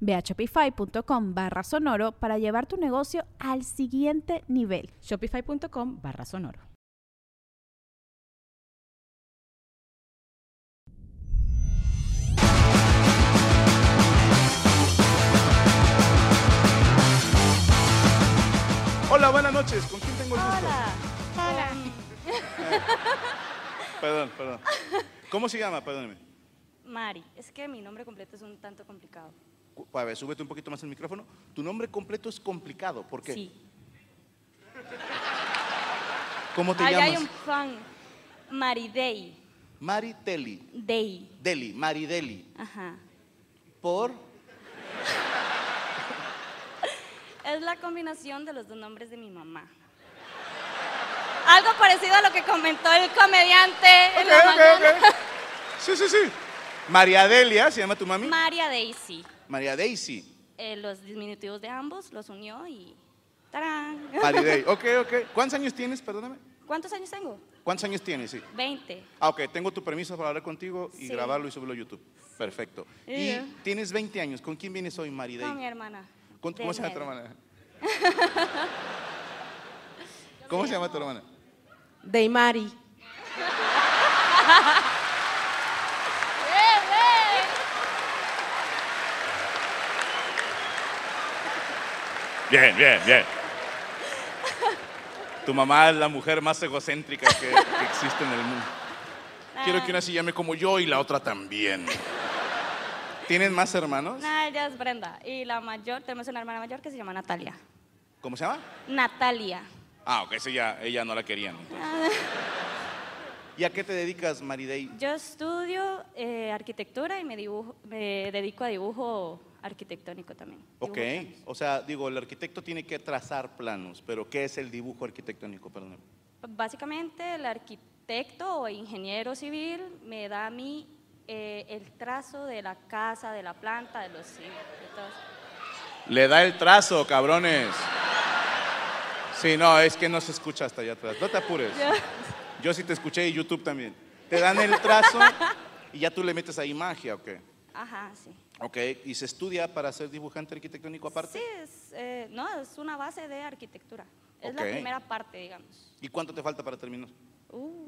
Ve a shopify.com barra sonoro para llevar tu negocio al siguiente nivel. Shopify.com barra sonoro. Hola, buenas noches. ¿Con quién tengo el gusto? Perdón, perdón. ¿Cómo se llama? Perdóneme. Mari, es que mi nombre completo es un tanto complicado. Cu- A ver, súbete un poquito más el micrófono. Tu nombre completo es complicado. ¿Por qué? Sí. ¿Cómo te Allá hay llamas? un fan. Maridei. Mari Deli. Dei. Deli, Mari Deli. Ajá. Por. Es la combinación de los dos nombres de mi mamá. Algo parecido a lo que comentó el comediante en la mañana. Sí, sí, sí. María Delia, ¿se llama tu mami? María Daisy. María Daisy. Eh, los diminutivos de ambos los unió y. ¡Tarán! Mari Day. Ok, ok. ¿Cuántos años tienes? Perdóname. ¿Cuántos años tengo? ¿Cuántos años tienes? Sí. 20. Ah, ok, tengo tu permiso para hablar contigo y Sí. grabarlo y subirlo a YouTube. Perfecto. Yeah. Y tienes 20 años. ¿Con quién vienes hoy, Mari Con mi Day? hermana. ¿Con- de ¿Cómo se llama tu medio. hermana? ¿Cómo se llama tu hermana? Deimari. Bien, bien, bien. Tu mamá es la mujer más egocéntrica que, que existe en el mundo. Quiero que una se llame como yo y la otra también. ¿Tienes más hermanos? Una de ellas es Brenda. Y la mayor, tenemos una hermana mayor que se llama Natalia. ¿Cómo se llama? Natalia. Ah, ok, esa ya, ella no la querían. entonces. ¿Y a qué te dedicas, Maridei? Yo estudio eh, arquitectura y me, dibujo, me dedico a dibujo arquitectónico también. dibujo Ok, de planos. o sea, digo, el arquitecto tiene que trazar planos, pero ¿qué es el dibujo arquitectónico? Perdón. Básicamente el arquitecto o ingeniero civil me da a mí eh, el trazo de la casa, de la planta, de los sí, de todo eso. Le da el trazo, cabrones. Sí, no, es que no se escucha hasta allá atrás. No te apures. Yo sí te escuché y YouTube también. Te dan el trazo y ya tú le metes ahí magia, ¿ok? Ajá, sí. Ok, y se estudia para ser dibujante arquitectónico aparte. Sí, es, eh, no, es una base de arquitectura. Es Ok. la primera parte, digamos. ¿Y cuánto te falta para terminar? Uh,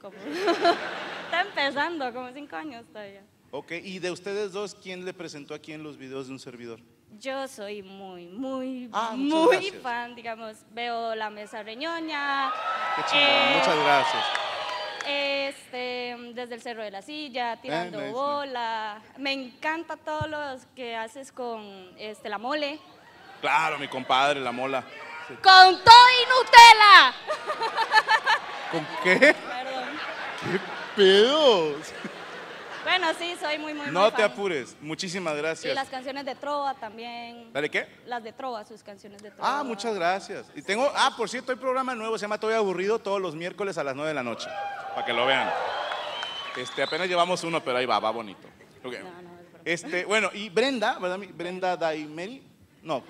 como... Está empezando, como cinco años todavía. Ok, y de ustedes dos, ¿quién le presentó aquí en los videos de un servidor? Yo soy muy, muy, Ah, muchas muy gracias. fan, digamos. Veo la mesa reñoña, Qué chingón, Eh. muchas gracias. este, desde el Cerro de la Silla, tirando Eh, nice, nice. bola. Me encanta todo lo que haces con este, la mole. Claro, mi compadre, la mola. ¡Con todo y Nutella! ¿Con qué? Perdón. ¿Qué pedos? Bueno, sí, soy muy, muy, muy No te fan. apures. Muchísimas Y las gracias. canciones de Trova también. ¿Dale qué? Las de Trova, sus canciones de Trova. Ah, muchas gracias. Y tengo, ah, por cierto, hay programa nuevo, se llama Estoy aburrido todos los miércoles a las 9 de la noche, para que lo vean. Este, apenas llevamos uno, pero ahí va, va bonito. Ok. Este, bueno, y Brenda, ¿verdad? mi- Brenda Daimeri, no.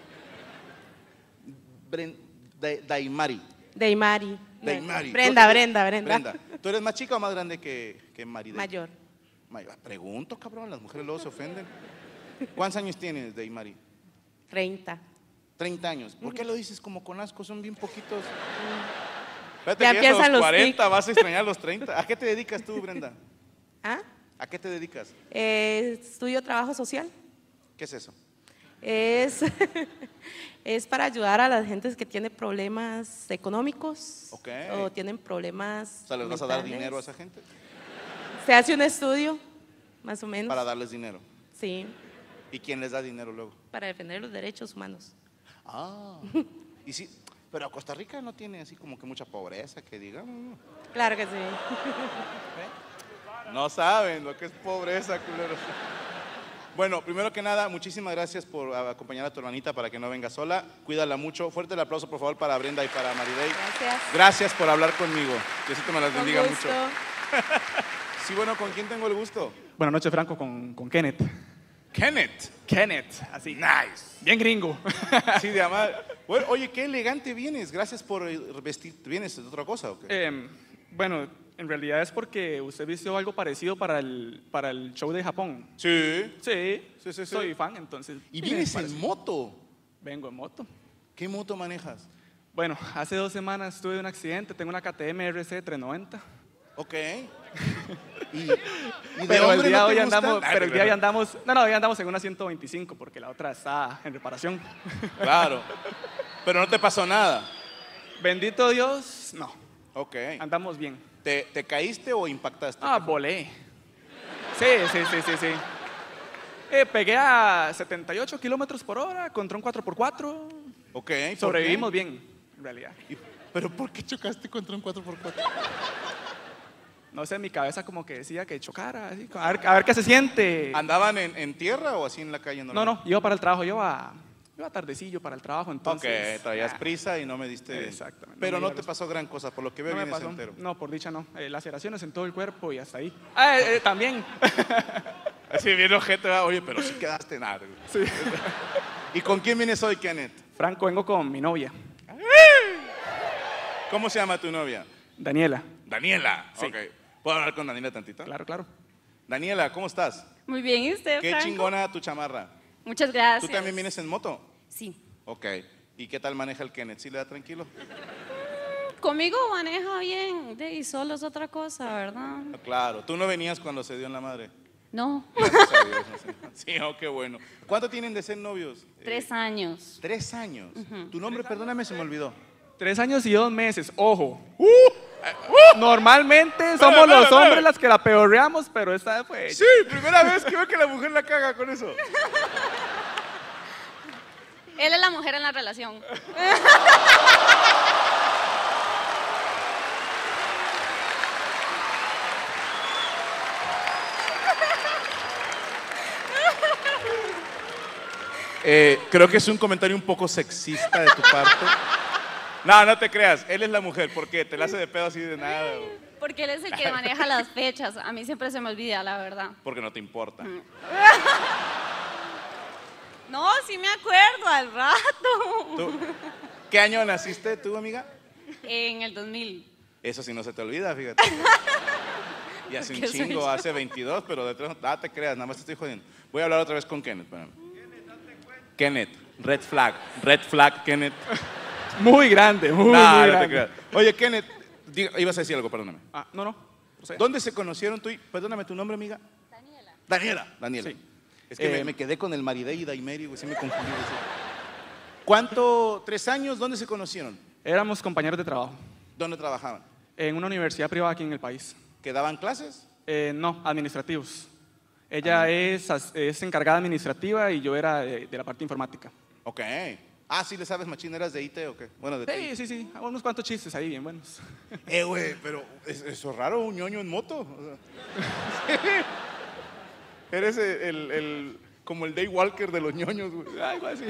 Bren- Da- Daimari. Deimari. Daimari. Brenda, ¿Tú- Brenda, Brenda. ¿Tú eres más chica o más grande que, que Mari? Day? Mayor. Mayor. Pregunto, cabrón, las mujeres luego se ofenden. ¿Cuántos años tienes, Daimari? 30. 30 años. ¿Por qué lo dices como con asco? Son bien poquitos. Ya Espérate que llegues a empiezan los los 40, vas a extrañar los 30. ¿A qué te dedicas tú, Brenda? ¿Ah? ¿A qué te dedicas? Eh, estudio trabajo social. ¿Qué es eso? Es, es para ayudar a las gentes que tienen problemas económicos Ok. o tienen problemas. O sea, les vas a dar mentales. dinero a esa gente Se hace un estudio, más o menos. para darles dinero. Sí, ¿Y quién les da dinero luego? para defender los derechos humanos. Ah. Y sí, pero Costa Rica no tiene así como que mucha pobreza, que digamos. ¿no? Claro que sí. No saben lo que es pobreza, culeros. Bueno, primero que nada, muchísimas gracias por ah, acompañar a tu hermanita para que no venga sola. Cuídala mucho. Fuerte el aplauso, por favor, para Brenda y para Maridei. Gracias. Gracias por hablar conmigo. Diosito me las Con bendiga gusto. mucho. Sí, bueno, ¿con quién tengo el gusto? Buenas noches, Franco, con, con Kenneth. Kenneth. Kenneth, así. Nice. Bien gringo. Sí, de amar. Bueno, oye, qué elegante vienes. Gracias por eh, vestirte. ¿Vienes de otra cosa o qué? Em, bueno, en realidad es porque usted vistió algo parecido para el, para el show de Japón. Sí. Sí, Sí, sí, sí. soy fan, entonces. Y me vienes parece. en moto. Vengo en moto. ¿Qué moto manejas? Bueno, hace dos semanas tuve un accidente, tengo una KTM RC 390. Ok. ¿Y, y de Pero el hombre día no de hoy te gusta? andamos, Ay, pero el día de hoy perdón. andamos, no, no, hoy andamos en una 125 porque la otra está en reparación. Claro. Pero no te pasó nada. Bendito Dios, no, Ok. andamos bien. ¿Te, te caíste o impactaste? Ah, volé. Sí, sí, sí, sí, sí. Eh, pegué a 78 kilómetros por hora contra un 4x4. Ok. ¿por qué? Sobrevivimos bien, en realidad. ¿Y- ¿Pero por qué chocaste contra un 4x4? No sé, mi cabeza como que decía que chocara, así, a, ver, a ver qué se siente. ¿Andaban en, en tierra o así en la calle No, normal? no, iba para el trabajo, yo iba, iba tardecillo para el trabajo, entonces. ok, traías ah, prisa y no me diste. Exactamente, Pero no me no te llegaron. pasó gran cosa, por lo que veo No me vienes pasó. entero. No, por dicha no. Eh, laceraciones en todo el cuerpo y hasta ahí. Ah, eh, eh, también. Así bien ojete, ¿verdad? oye, pero sí quedaste nada. güey. ¿Y con quién vienes hoy, Kenneth? Franco, vengo con mi novia, ¿Cómo se llama tu novia? Daniela. Daniela. Sí. Ok. ¿Puedo hablar con Daniela tantito? Claro, claro. Daniela, ¿cómo estás? Muy bien, ¿y usted, Qué Franco? chingona tu chamarra. Muchas gracias. ¿Tú también vienes en moto? Sí. Ok. ¿Y qué tal maneja el Kenneth? ¿Sí le da tranquilo? Conmigo maneja bien, de- y solo es otra cosa, ¿verdad? No, Claro. ¿Tú no venías cuando se dio en la madre? No, Gracias a Dios, no sé. Sí, oh, qué bueno. ¿Cuánto tienen de ser novios? Eh, tres años. Tres años. Tu nombre, perdóname, se me olvidó. Tres años y dos meses, ojo. Normalmente somos Uh, Espera, espera, los espera. hombres las que la peorreamos, pero esta vez fue ella. Sí, primera vez que veo que la mujer la caga con eso. Él es la mujer en la relación. Eh, creo que es un comentario un poco sexista de tu parte. No, no te creas. Él es la mujer. ¿Por qué? Te la hace de pedo así de nada. güey. Porque él es el que maneja las fechas. A mí siempre se me olvida, la verdad. Porque no te importa. Mm. No, sí me acuerdo, al rato. ¿Tú? ¿Qué año naciste tú, amiga? En el 2000. Eso sí no se te olvida, fíjate. Y hace un ¿Qué soy chingo, yo? hace 22, pero de tres, ah, te creas, nada más te estoy jodiendo. Voy a hablar otra vez con Kenneth, espérame. Kenneth, red flag, red flag, Kenneth. Muy grande, muy, muy Nah, no te grande. creas. Oye, Kenneth, diga- ibas a decir algo, perdóname. Ah, no, no. proceda. ¿Dónde se conocieron tú y, perdóname, tu nombre, amiga? Daniela. Daniela. Daniela. Sí. Es que me- Eh, me, quedé con el Maridei y Daimeri, güey, sí me confundí. güey, sí. ¿Cuánto, tres años, dónde se conocieron? Éramos compañeros de trabajo ¿Dónde trabajaban? en una universidad privada aquí en el país. ¿Que daban clases? Eh, no, administrativos. Ah. Ella es, as- es encargada administrativa y yo era de, de la parte informática. Ok. Ah, sí le sabes, machín, eras de IT o qué? Bueno, de TI. Sí, sí, sí. Unos cuantos chistes ahí bien buenos. Eh, güey, pero es- eso es raro, un ñoño en moto. o sea. Eres el, el- como el Day Walker de los ñoños, güey. Algo así.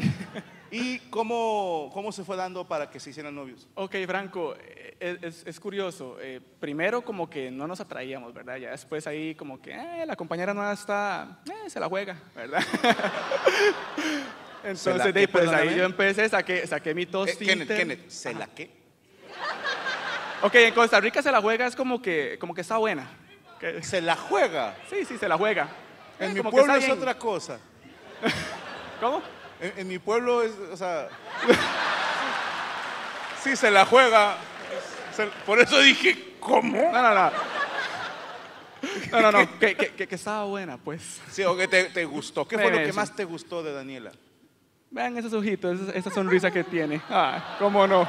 ¿Y cómo, cómo se fue dando para que se hicieran novios? Ok, Franco, eh, es, es curioso. Eh, primero como que no nos atraíamos, ¿verdad? Ya después ahí como que eh, la compañera nueva está, eh, se la juega, ¿verdad? ¿Se la Entonces, qué, de ahí, pues perdóname? ahí yo empecé, saqué, saqué mi Eh, tos. Kenneth, Tinder. Kenneth, ¿se la qué? Ok, en Costa Rica se la juega, es como que, como que está buena. Que- Se la juega. Sí, sí, se la juega. En Eh, mi como que pueblo está es bien. otra cosa. ¿Cómo? En, en mi pueblo es, o sea... sí, se la juega. Se- por eso dije, ¿cómo? No, no, no. No, no, no. Que, que- que- que estaba buena, pues. Sí, o que te, te gustó. ¿Qué fue lo que Eso. más te gustó de Daniela? Vean esos ojitos, esa, esa sonrisa que tiene. Ah, cómo no.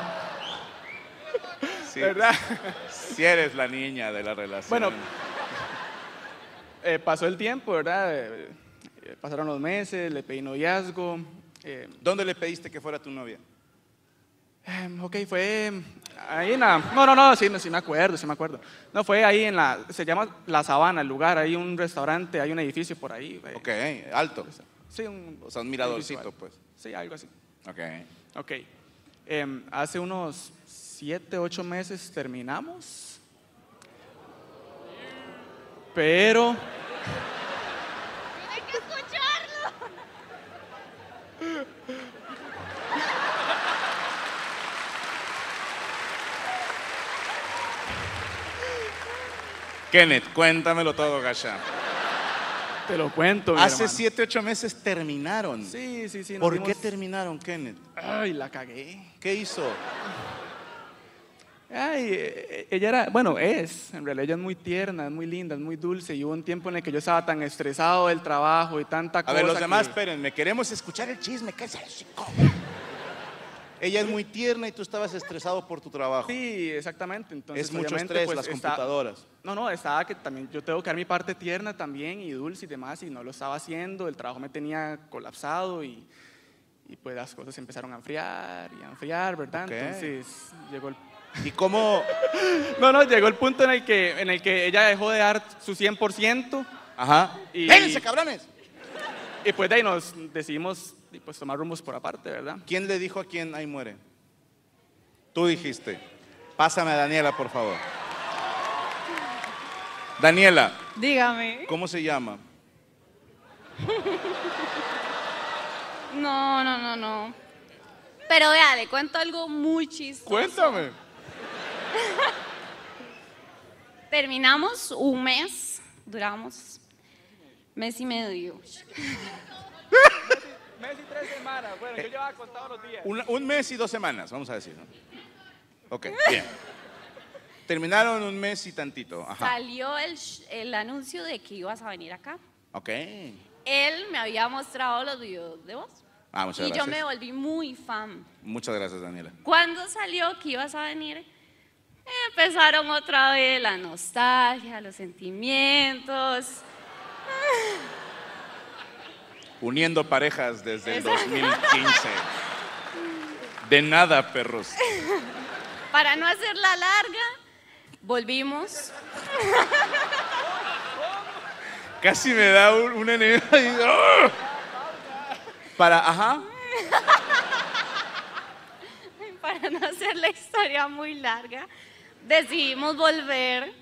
Sí, ¿Verdad? Si eres la niña de la relación. Bueno, Eh, pasó el tiempo, ¿verdad? Eh, eh, pasaron los meses, le pedí noviazgo. eh, ¿dónde le pediste que fuera tu novia? Em, Ok, fue ahí en la... No, no, no, sí, no, sí me acuerdo, sí me acuerdo. No, fue ahí en la... Se llama La Sabana, el lugar. Hay un restaurante, hay un edificio por ahí. eh, Ok, alto. Sí, un... O sea, un miradorcito, edificio, pues. Sí, algo así. Ok. Ok. Em, hace unos siete, ocho meses terminamos. Pero... Kenneth, cuéntamelo todo, Gasha. Te lo cuento, mi Hace hermano. 7, 8 meses terminaron. Sí, sí, sí. nos ¿Por qué dimos- terminaron, Kenneth? Ay, la cagué. ¿Qué hizo? Ay, eh, ella era, bueno, es, en realidad ella es muy tierna, es muy linda, es muy dulce. Y hubo un tiempo en el que yo estaba tan estresado del trabajo y tanta A cosa. ver, los demás, que- espérenme. Queremos escuchar el chisme. ¿Qué es eso? Ella es muy tierna y tú estabas estresado por tu trabajo. Sí, exactamente. Entonces, es mucho obviamente, estrés pues, las está- computadoras. No, no, estaba que también yo tengo que dar mi parte tierna también y dulce y demás, y no lo estaba haciendo. El trabajo me tenía colapsado y, y pues las cosas empezaron a enfriar y a enfriar, ¿verdad? Ok. Entonces llegó el ¿Y cómo? No, no, llegó el punto en el que, en el que ella dejó de dar su 100% Ajá. Y- ¡Cállense, cabrones! y pues de ahí nos decidimos y, pues, tomar rumbos por aparte, ¿verdad? ¿Quién le dijo a quién ahí muere? Tú dijiste. Pásame a Daniela, por favor. Daniela, Dígame. ¿cómo se llama? No, no, no, no. Pero vea, le cuento algo muy chistoso. Cuéntame. Terminamos un mes, duramos mes y medio. Mes y tres semanas, bueno, yo llevaba contado los días. Un, un mes y dos semanas, vamos a decir. ¿no? Ok, bien. Terminaron un mes y tantito. Ajá. Salió el, sh- el anuncio de que ibas a venir acá. Ok. Él me había mostrado los videos de vos. Ah, muchas y yo gracias. me volví muy fan. Muchas gracias, Daniela. Cuando salió que ibas a venir, empezaron otra vez la nostalgia, los sentimientos. Uniendo parejas desde el 2015. De nada, perros. Para no hacerla larga, volvimos. Casi me da un, un enemigo. y- ¡Ah! Para, ajá. Para no hacer la historia muy larga, decidimos volver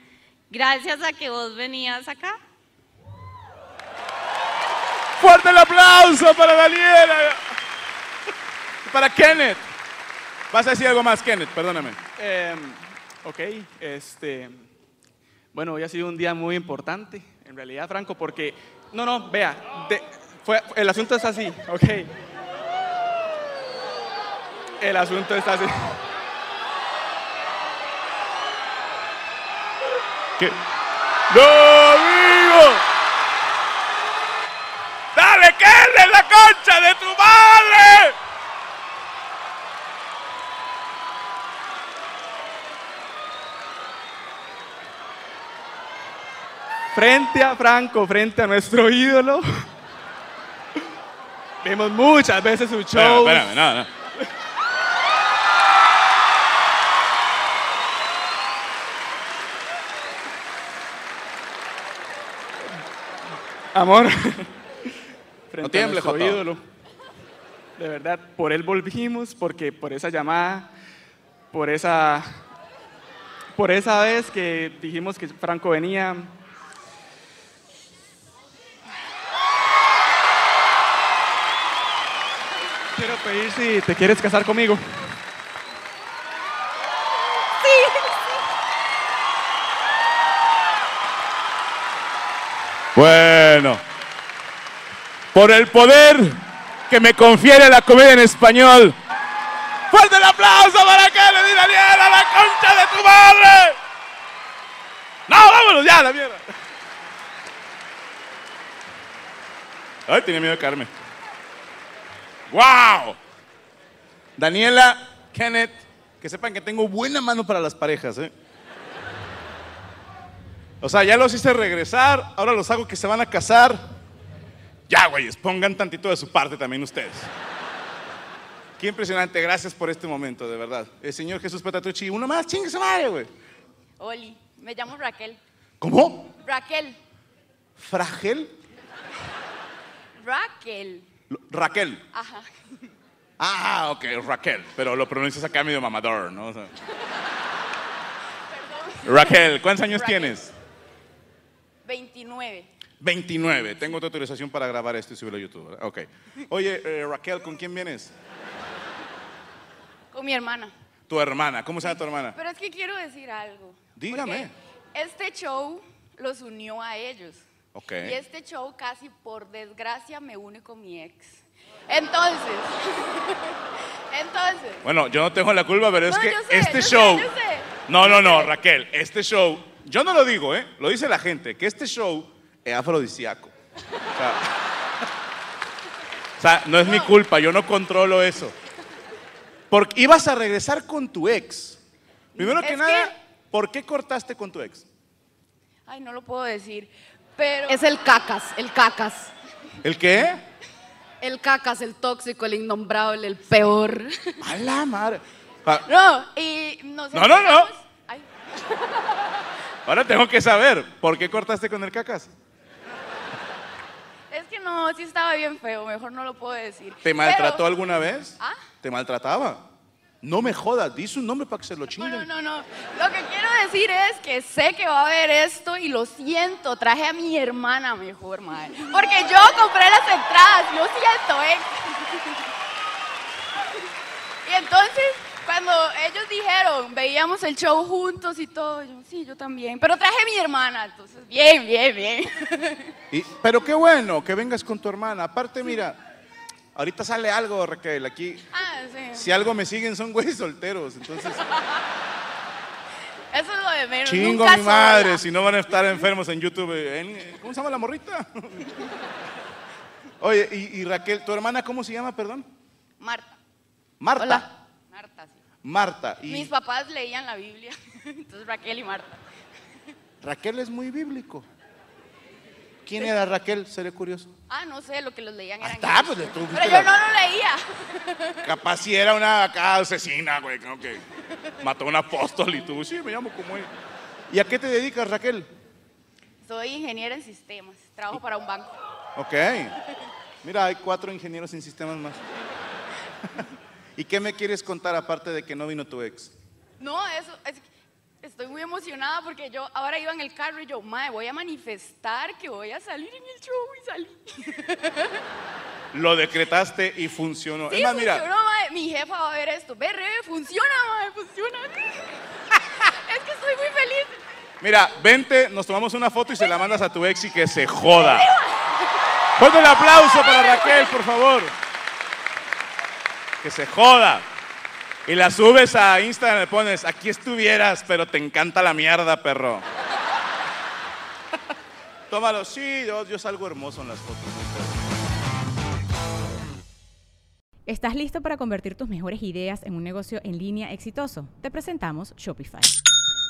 gracias a que vos venías acá. Fuerte el aplauso para Daniela. Para Kenneth. Vas a decir algo más, Kenneth, perdóname. Em, ok, este. Bueno, hoy ha sido un día muy importante, en realidad, Franco, porque. No, no, vea, de- fue, el asunto está así, ok. El asunto está así. ¿Qué? ¡Domingo! ¡Dale, Kenneth, la concha de tu madre! Frente a Franco, frente a nuestro ídolo. Vemos muchas veces su show. Espérame, espérame, no, no. Amor. Frente No tiemble, a nuestro Joto. ídolo. De verdad, por él volvimos, porque por esa llamada, por esa. Por esa vez que dijimos que Franco venía. Quiero pedir si te quieres casar conmigo. Bueno, por el poder que me confiere la comedia en español. ¡Fuerte el aplauso para Kenneth y Daniela, la concha de tu madre! ¡No, vámonos ya, a la mierda! Ay, tenía miedo de caerme. ¡Wow! Daniela, Kenneth, que sepan que tengo buena mano para las parejas, ¿eh? O sea, ya los hice regresar, ahora los hago que se van a casar. Ya, güeyes, pongan tantito de su parte también ustedes. Qué impresionante, gracias por este momento, de verdad. El señor Jesús Patatucci, uno más, chingue su madre, güey. Oli, me llamo Raquel. ¿Cómo? Raquel, ¿Fragel? Raquel. Lo- Raquel. Ajá. Ah, ok, Raquel. Pero lo pronuncias acá medio mamador, ¿no? O sea. Raquel, ¿cuántos años Raquel. tienes? 29. 29. Tengo tu autorización para grabar esto y subirlo a YouTube. ¿verdad? Ok. Oye, eh, Raquel, ¿con quién vienes? Con mi hermana. Tu hermana. ¿Cómo se llama tu hermana? Pero es que quiero decir algo. Dígame. porque Este show los unió a ellos. Ok. Y este show casi por desgracia me une con mi ex. Entonces, entonces, Bueno, yo no tengo la culpa, pero es No, que yo sé, este yo sé, show. yo sé. No, no, no, Raquel, este show. Yo no lo digo, ¿eh? Lo dice la gente, que este show es afrodisíaco. O sea, o sea, no es mi culpa, yo no controlo eso. Porque ibas a regresar con tu ex. Primero que Es nada, que- ¿por qué cortaste con tu ex? ay, no lo puedo decir, pero Es el cacas, el cacas. ¿El qué? El cacas, el tóxico, el innombrable, el peor. A la madre. Ah, no, y nos No, no, no. enteramos- ay, Ahora tengo que saber, ¿por qué cortaste con el cacas? es que no, sí estaba bien feo, mejor no lo puedo decir. ¿Te Pero- maltrató alguna vez? ¿Ah? ¿Te maltrataba? No me jodas, di su nombre para que se lo chinguen. No, no, no. Lo que quiero decir es que sé que va a haber esto y lo siento. Traje a mi hermana mejor, madre. Porque yo compré las entradas. Lo siento, ¿eh? Y entonces, cuando ellos dijeron, veíamos el show juntos y todo, yo, sí, yo también. Pero traje a mi hermana, entonces, bien, bien, bien. Y- pero qué bueno que vengas con tu hermana. Aparte, mira, ahorita sale algo, Raquel, aquí. Ah, sí. Si algo me siguen son güeyes solteros, entonces Eso es lo de menos. chingo Nunca a mi madre, sola. si no van a estar enfermos en YouTube. En- ¿Cómo se llama la morrita? Oye, y, y Raquel, ¿tu hermana cómo se llama, perdón? Marta. Marta. Hola. Marta, sí. Marta. Y Mis papás leían la Biblia, entonces Raquel y Marta. Raquel es muy bíblico. ¿Quién era Raquel? Seré curioso. Ah, no sé, lo que los leían Ah, eran está, ellos. pues, tú viste Pero yo la- no lo leía. Capaz si era una acá asesina, güey, como que mató a un apóstol y tú, sí, me llamo como él. ¿Y a qué te dedicas, Raquel? Soy ingeniera en sistemas, trabajo para un banco. Ok. Mira, hay cuatro ingenieros en sistemas más. ¿Y qué me quieres contar aparte de que no vino tu ex? No, eso, es que estoy muy emocionada porque yo ahora iba en el carro y yo, mae, voy a manifestar que voy a salir en el show y salí. Lo decretaste y funcionó. Sí, es más, mira, funcionó, mae. mi jefa va a ver esto. Ve, re, funciona, mae, funciona. es que estoy muy feliz. mira, vente, nos tomamos una foto y se la mandas a tu ex y que se joda. Ponte el aplauso para Raquel, por favor. Que se joda. Y la subes a Instagram y le pones, aquí estuvieras, pero te encanta la mierda, perro. Tómalo, sí, yo, yo salgo hermoso en las fotos. ¿Estás listo para convertir tus mejores ideas en un negocio en línea exitoso? Te presentamos Shopify.